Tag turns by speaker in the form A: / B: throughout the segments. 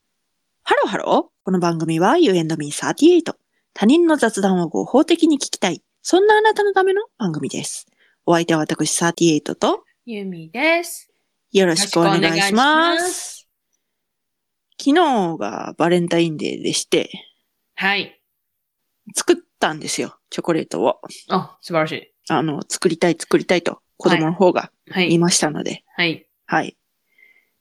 A: ローハロー。この番組は You and me38。他人の雑談を合法的に聞きたい。そんなあなたのための番組です。お相手は私38と
B: ゆみです。
A: よろしくお願いし
B: よろしくお願
A: ま。
B: いします
A: 昨日がバレンタインデーでして、
B: はい。
A: 作ったんですよ。チョコレートを。
B: あ、素晴らしい。
A: あの、作りたい作りたいと子供の方が
B: は
A: 言い
B: い。
A: ましたので。
B: はい。
A: はい。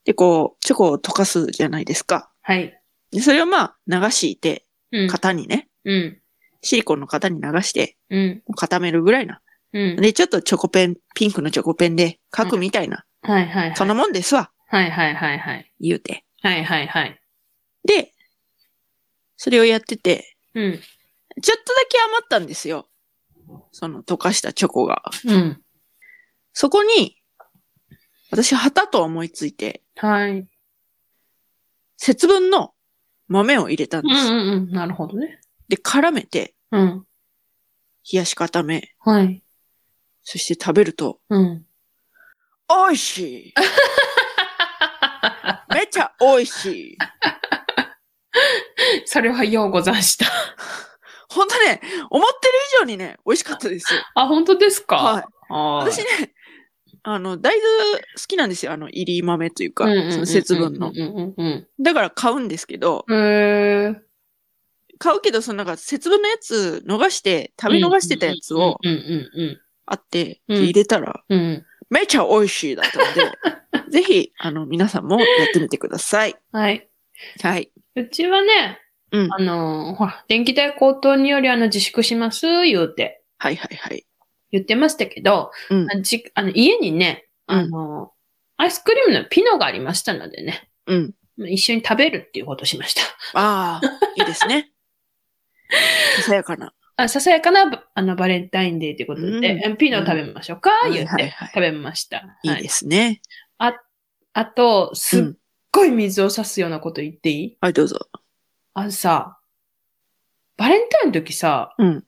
A: で、こう、チョコを溶かすじゃないですか。
B: はい。
A: で、それをまあ、流して、
B: うん。
A: 型にね、
B: うん。
A: シリコンの型に流して、
B: うん。
A: 固めるぐらいな。
B: うん。
A: で、ちょっとチョコペン、ピンクのチョコペンで書くみたいな。
B: はいはいはい。
A: そんなもんですわ、
B: はいはいはいはい。
A: 言うて。
B: はいはいはい。
A: で、それをやってて、
B: うん。
A: ちょっとだけ余ったんですよ。その溶かしたチョコが。
B: うん。
A: そこに、私、旗と思いついて、
B: はい。うん
A: 節分の豆を入れたん
B: う
A: です。
B: んうん。なるほどね。
A: で、絡めて、
B: うん。
A: 冷やし固め、
B: はい。
A: そして食べると、
B: うん。
A: 美味しいめっちゃ美味しい
B: それはようござんした。
A: ほんとね、思ってる以上にね、美味しかったですよ。
B: あ、本当ですか。
A: はいい。
B: あー
A: 私ね、あの、大豆好きなんですよ。あの、入り豆というか、
B: うんうんうんうん
A: その節分の
B: うん。うんうん
A: だから買うんですけど、
B: うん。へー
A: 買うけど、そのなんか節分のやつ逃して、食べ逃してたやつを
B: うんうん
A: あって、
B: うん
A: で入れたら、
B: うん。うん。
A: めっちゃ美味しいだった ので、ぜひ、あの、皆さんもやってみてください。
B: はい。
A: はい。
B: うちはね、
A: うん
B: あのー、ほら、電気代高騰によりあの自粛します、言うて、
A: はいはいはい。
B: 言ってましたけど、
A: うん
B: あじあの家にね、
A: うん
B: あのー、アイスクリームのピノがありましたのでね、
A: うん。
B: 一緒に食べるっていうことをしました。
A: ああ、いいです ね。ささやかな。
B: あささやかなあのバレンタインデーということで、ピノ食べましょうか、
A: うん
B: 言う
A: はいはい
B: て
A: はい
B: 食べました。
A: いい
B: はい
A: ですね。
B: あと、すっ
A: うん
B: ごい水を差すようなこと言っていい、
A: はい、どうぞ。
B: あのさ、バレンタインの時さ、
A: うん。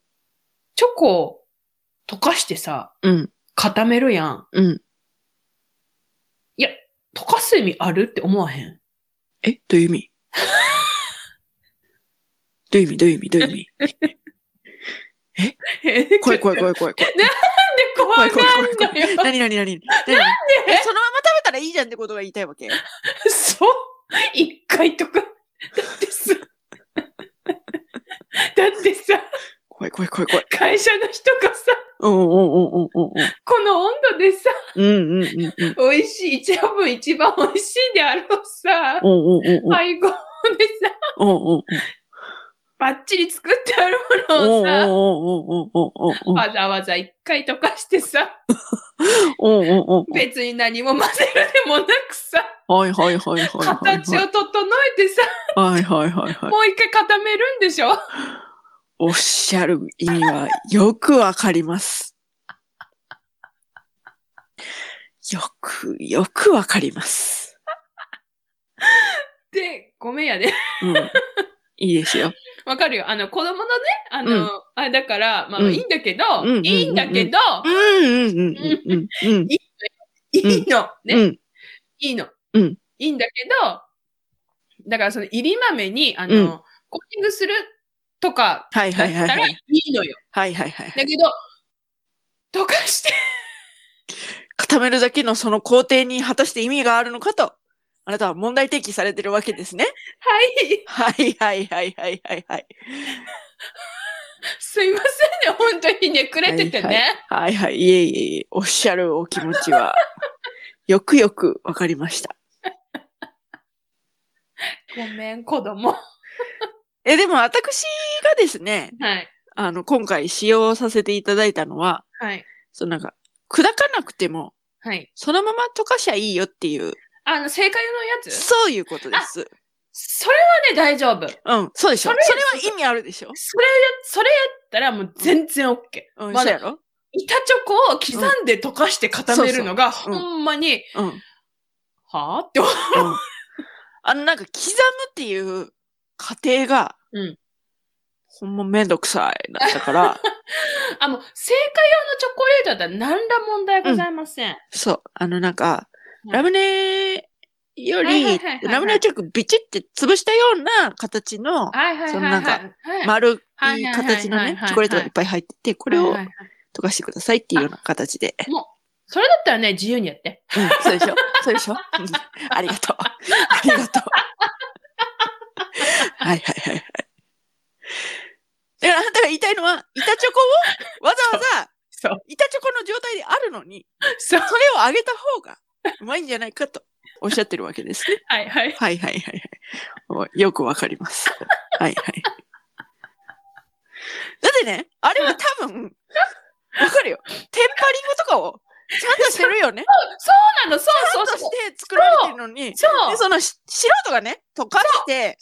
B: チョコを溶かしてさ、
A: うん。
B: 固めるやん。
A: うん。
B: 溶かす意味あるって思わへん。
A: え、どういう意味どういう意味どういう意味どういう意 味
B: え、で
A: 怖い怖い怖い怖い 怖い。
B: 怖
A: 怖い
B: い怖い
A: 怖い怖い
B: なん だよ。
A: 何何何何何なんでそのまま食べたらいいじゃんってことが言いたいわけ
B: そう一回とか。だってさ、だってさ、
A: 怖い怖い怖い怖い。
B: 会社の人がさ、
A: うんうんうんうんうん
B: この温度でさ、
A: うん。うんうんうんうん。
B: 美味しい、一多分一番美味しいであろうさ、
A: うんうんうんうん。
B: 配合でさ、
A: うんうん
B: バッチリ作ってあるものをさ、
A: うん
B: わざわざ一回溶かしてさ、
A: うんうん うん
B: 別に何も混ぜるでもなくさ、
A: はいはいはいはいはい
B: 形を整えてさ、
A: はいはいはいはい
B: もう一回固めるんでしょ
A: おっしゃる意味はよくわかります。よく、よくわかります。
B: で、ごめんやで。
A: うん。いいですよ。
B: わかるよ。あの、子供のね、あ
A: う
B: の、
A: ん
B: あだから、まあ、
A: うん
B: いいんだけど、
A: うんうんうん
B: いいんだけど、
A: うんうんうんうんうんうん
B: いいの、ね、
A: うん。うん。
B: いいの、
A: うん
B: いいんだけど、だからその、入り豆に、あの、
A: うん
B: コーティングするとか、
A: はい
B: だ
A: は
B: っ
A: いは
B: た
A: い
B: ら
A: はいい。
B: いのよ。
A: はいはいはいはい。
B: だけど、溶かして、
A: 固めるだけのその工程に果たして意味があるのかと、あなたは問題提起されてるわけですね。
B: は
A: は
B: い、
A: いはいはいはいはいはい。
B: すいませんね、本当にね、くれててね。
A: はいはいはい。いえいえいえ、おっしゃるお気持ち は、よくよくわかりました。
B: ごめん、子供。は
A: え、でも私がですね、
B: い、
A: あの、今回使用させていただいたのは、
B: はい、
A: そのなんか、砕かなくても、
B: はい。
A: そのまま溶かしゃいいよっていう、
B: あの、正解のやつ
A: そういうことです。
B: それはね、大丈
A: う
B: 夫。
A: ん、そうでしょ。そ
B: それ
A: れは意味あるでしょ。
B: それ、それやったらもう全然 OK。
A: うん、
B: ま
A: そう
B: だ
A: やろ
B: 板チョコを刻んで溶かして固めるのが、
A: うそううん
B: ほんまに、
A: うん。う ん。
B: はぁって思う。
A: あの、なんか、刻むっていう過程が、
B: うん
A: ほんまめんどくさいだった から、
B: あ、もう、正解用のチョコレートだったら何ら問題ございません。
A: そう、あの、なんか、
B: うん
A: ラムネよ
B: は
A: り
B: いはいはいはい、はい
A: ラムネチョクビチって潰したような形の
B: はいはいはいはい。
A: そのなんか
B: はい、
A: 丸い
B: はいはいはいはい
A: 形のね、チョコレートがいっぱい入ってて、これ
B: はい
A: を
B: はいはい
A: 溶かしてくださいっていうような形で。
B: それだったらね、自由にやって。
A: うん、そうでしょそうでしょ、うん、ありがとう。ありがとう。はいはいはいはい。だからあなたが言いたいのは、板チョコをわざわざ
B: そう。
A: 板チョコの状態であるのに、
B: そう。
A: それをあげた方がうまいんじゃないかとおっしゃってるわけですね。
B: はいはい。
A: はいはいはいはいお。よくわかります。はいはい。だってね、あれは多分、わかるよ。テンパリングとかをちゃんとしてるよね。
B: そうなの、そう
A: ちゃ
B: そ
A: ん
B: う
A: と
B: そう
A: し。て作られてるのに、
B: そう
A: で、
B: そ
A: そ
B: う。
A: のし素人がね、溶かして、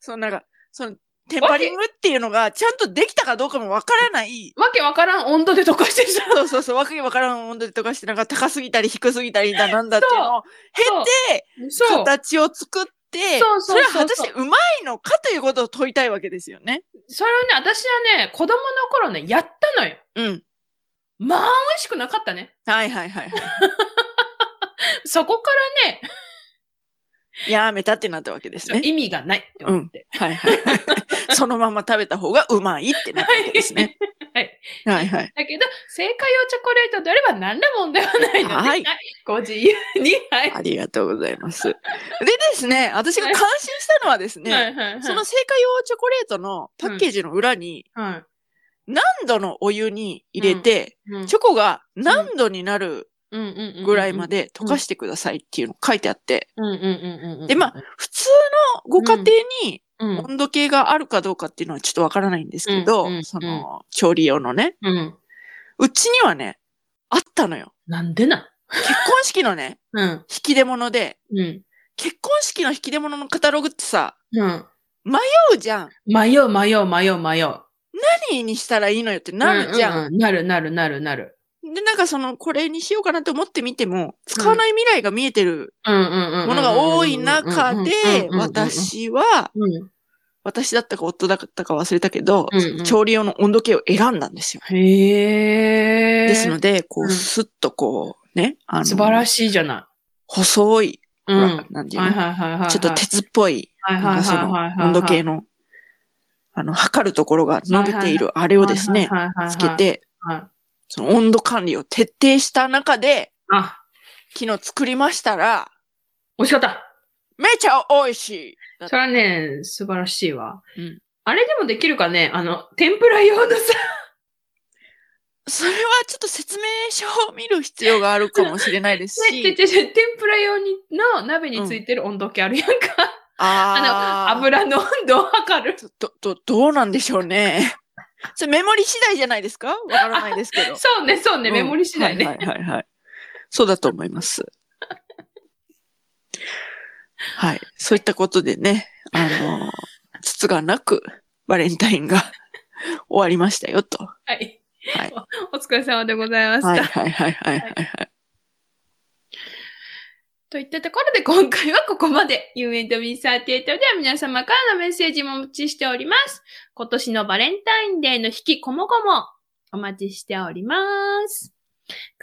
A: そのなんか、その、テンパリングっていうのがちゃんとできたかどうかもわからない、
B: わけわからん温度で溶かしてるじゃん。
A: そうそうそう、わけわからん温度で溶かして、なんか高すぎたり低すぎたりだなんだっていうのを
B: そう
A: 経て、
B: そう。
A: 形を作って、
B: そう
A: そ
B: そうそうそう
A: れは果たしてうまいのかということを問いたいわけですよね。
B: それをね、私はね、子供の頃ね、やったのよ。
A: うん。
B: まあ、美味しくなかったね。
A: はいはいはいは
B: そこか
A: い。やめたってなったわけです
B: らね、
A: ね。
B: 意味がないって思って。
A: はいはいはい。 そのまま食べた方がうまいってなったわけですね。
B: はい。
A: はいはい。
B: だけど、正解用チョコレートであれば何ら問題はないので、
A: はい
B: ご自由に。はい。
A: ありがとうございます。でですね、私が感心したのはですね、
B: はいはいはい。
A: その正解用チョコレートのパッケージの裏に、
B: はい
A: 何度のお湯に入れて、
B: うん
A: チョコが何度になる
B: うんうんうんうん
A: ぐらいまで溶かしてくださいっていうの書いてあって、
B: うんうんうんうん。
A: でまあ普通のご家庭に
B: うん、
A: 温度計があるかどうかっていうのはちょっとわからないんですけ
B: うんうんう
A: ど、
B: ん
A: その調理用のね、
B: うん。
A: うちにはね、あったのよ。
B: なんでな
A: 結婚式のね、
B: うん。
A: 引き出物で、
B: うん。
A: 結婚式の引き出物のカタログってさ、
B: うん。
A: 買うじゃん。
B: 迷う迷う迷う迷う。
A: 何にしたらいいのよってなるじゃん。
B: うううなるなるなるなる。
A: で、なんかその、これにしようかなと思ってみても、使わない未来が見えてる
B: うんうんうんうん。
A: ものが多い中で、
B: うん。
A: 私は、
B: うんうんうん
A: 私だったか夫だったか忘れたけど、
B: うんうん
A: 調理用の温度計を選んだんですよ。
B: へえ。
A: ですので、こ
B: う
A: う、
B: ん
A: スッとこう、ね、あの、
B: 素晴ら
A: い。
B: しいじゃな
A: 細い、
B: い。うん。
A: ほ
B: は
A: ら
B: い
A: なんていう
B: はい
A: の
B: はいはいはい。
A: ちょっと鉄っぽい、
B: はい
A: なん
B: はい
A: かそ
B: はい
A: の
B: はいはい。
A: 温度計の、あの、測るところが伸びているあれをですね、
B: はいはいはいはい
A: つけ。て、
B: はい
A: その温度管理を徹底した中で、
B: あ、
A: 昨日作りましたら、
B: 美味しかった。
A: めちゃ美味しいだっ
B: それはね、素晴らしいわ。
A: うん
B: あれでもできるかねあの、天ぷら用のさ、
A: それはちょっと説明書を見る必要があるかもしれない です
B: ね、
A: し、
B: ててて天ぷら用にの鍋についてる温度計あるやんか。あの、
A: あ
B: 油の温度を測る。
A: ーど、ど、どうなんでしょうね。 それメモリ次第じゃないですかわからないですけど。
B: そうね、そうね、
A: うん
B: メモリ次第ね。
A: はいはいはい、はい。そうだと思います。 はい。そういったことでね、あの、筒がなくバレンタインが 終わりましたよと。
B: はい。
A: はい
B: お疲れ様でございました。
A: はいはいはいはいはいはい。
B: といったところで今回はここまで。You and me38 では皆様からのメッセージもお待ちしております。今年のバレンタインデーの引きこもごもお待ちしております。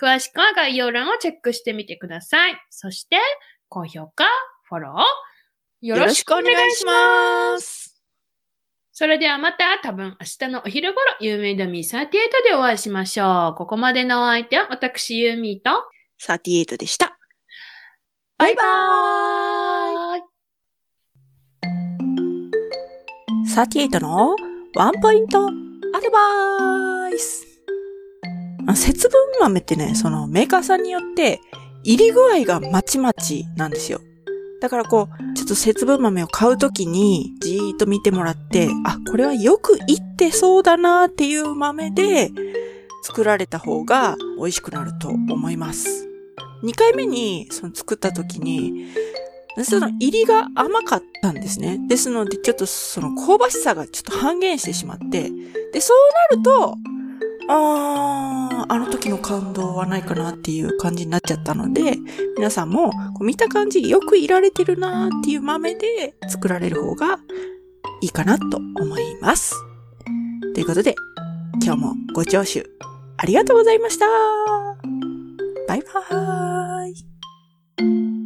B: 詳しくは概要欄をチェックしてみてください。そして、高評価、フォロー、よ
A: よ
B: ろ
A: ろ
B: し
A: し
B: く
A: く
B: お
A: お願
B: 願い
A: い
B: し
A: し
B: ま
A: ま
B: す。
A: す。
B: それではまた多分明日のお昼頃、You and me38 でお会いしましょう。ここまでのお相手は私ユーミーと、
A: 38でした。バイバーイ
B: バイ
A: !38 のワンポイントアドバイス節分豆ってね、そのメーカーさんによって入り具合がまちまちなんですよ。だからこう、ちょっと節分豆を買うときにじーっと見てもらって、あ、これはよくいってそうだなっていう豆で作られた方が美味しくなると思います。2回目にその作った時に、その入りが甘かったんですね。ですので、ちょっとその香ばしさがちょっと半減してしまって、で、そうなると、あー、あの時の感動はないかなっていう感じになっちゃったので、皆さんもこう見た感じよくいられてるなーっていう豆で作られる方がいいかなと思います。ということで、今日もご聴取ありがとうございましたバイバーイ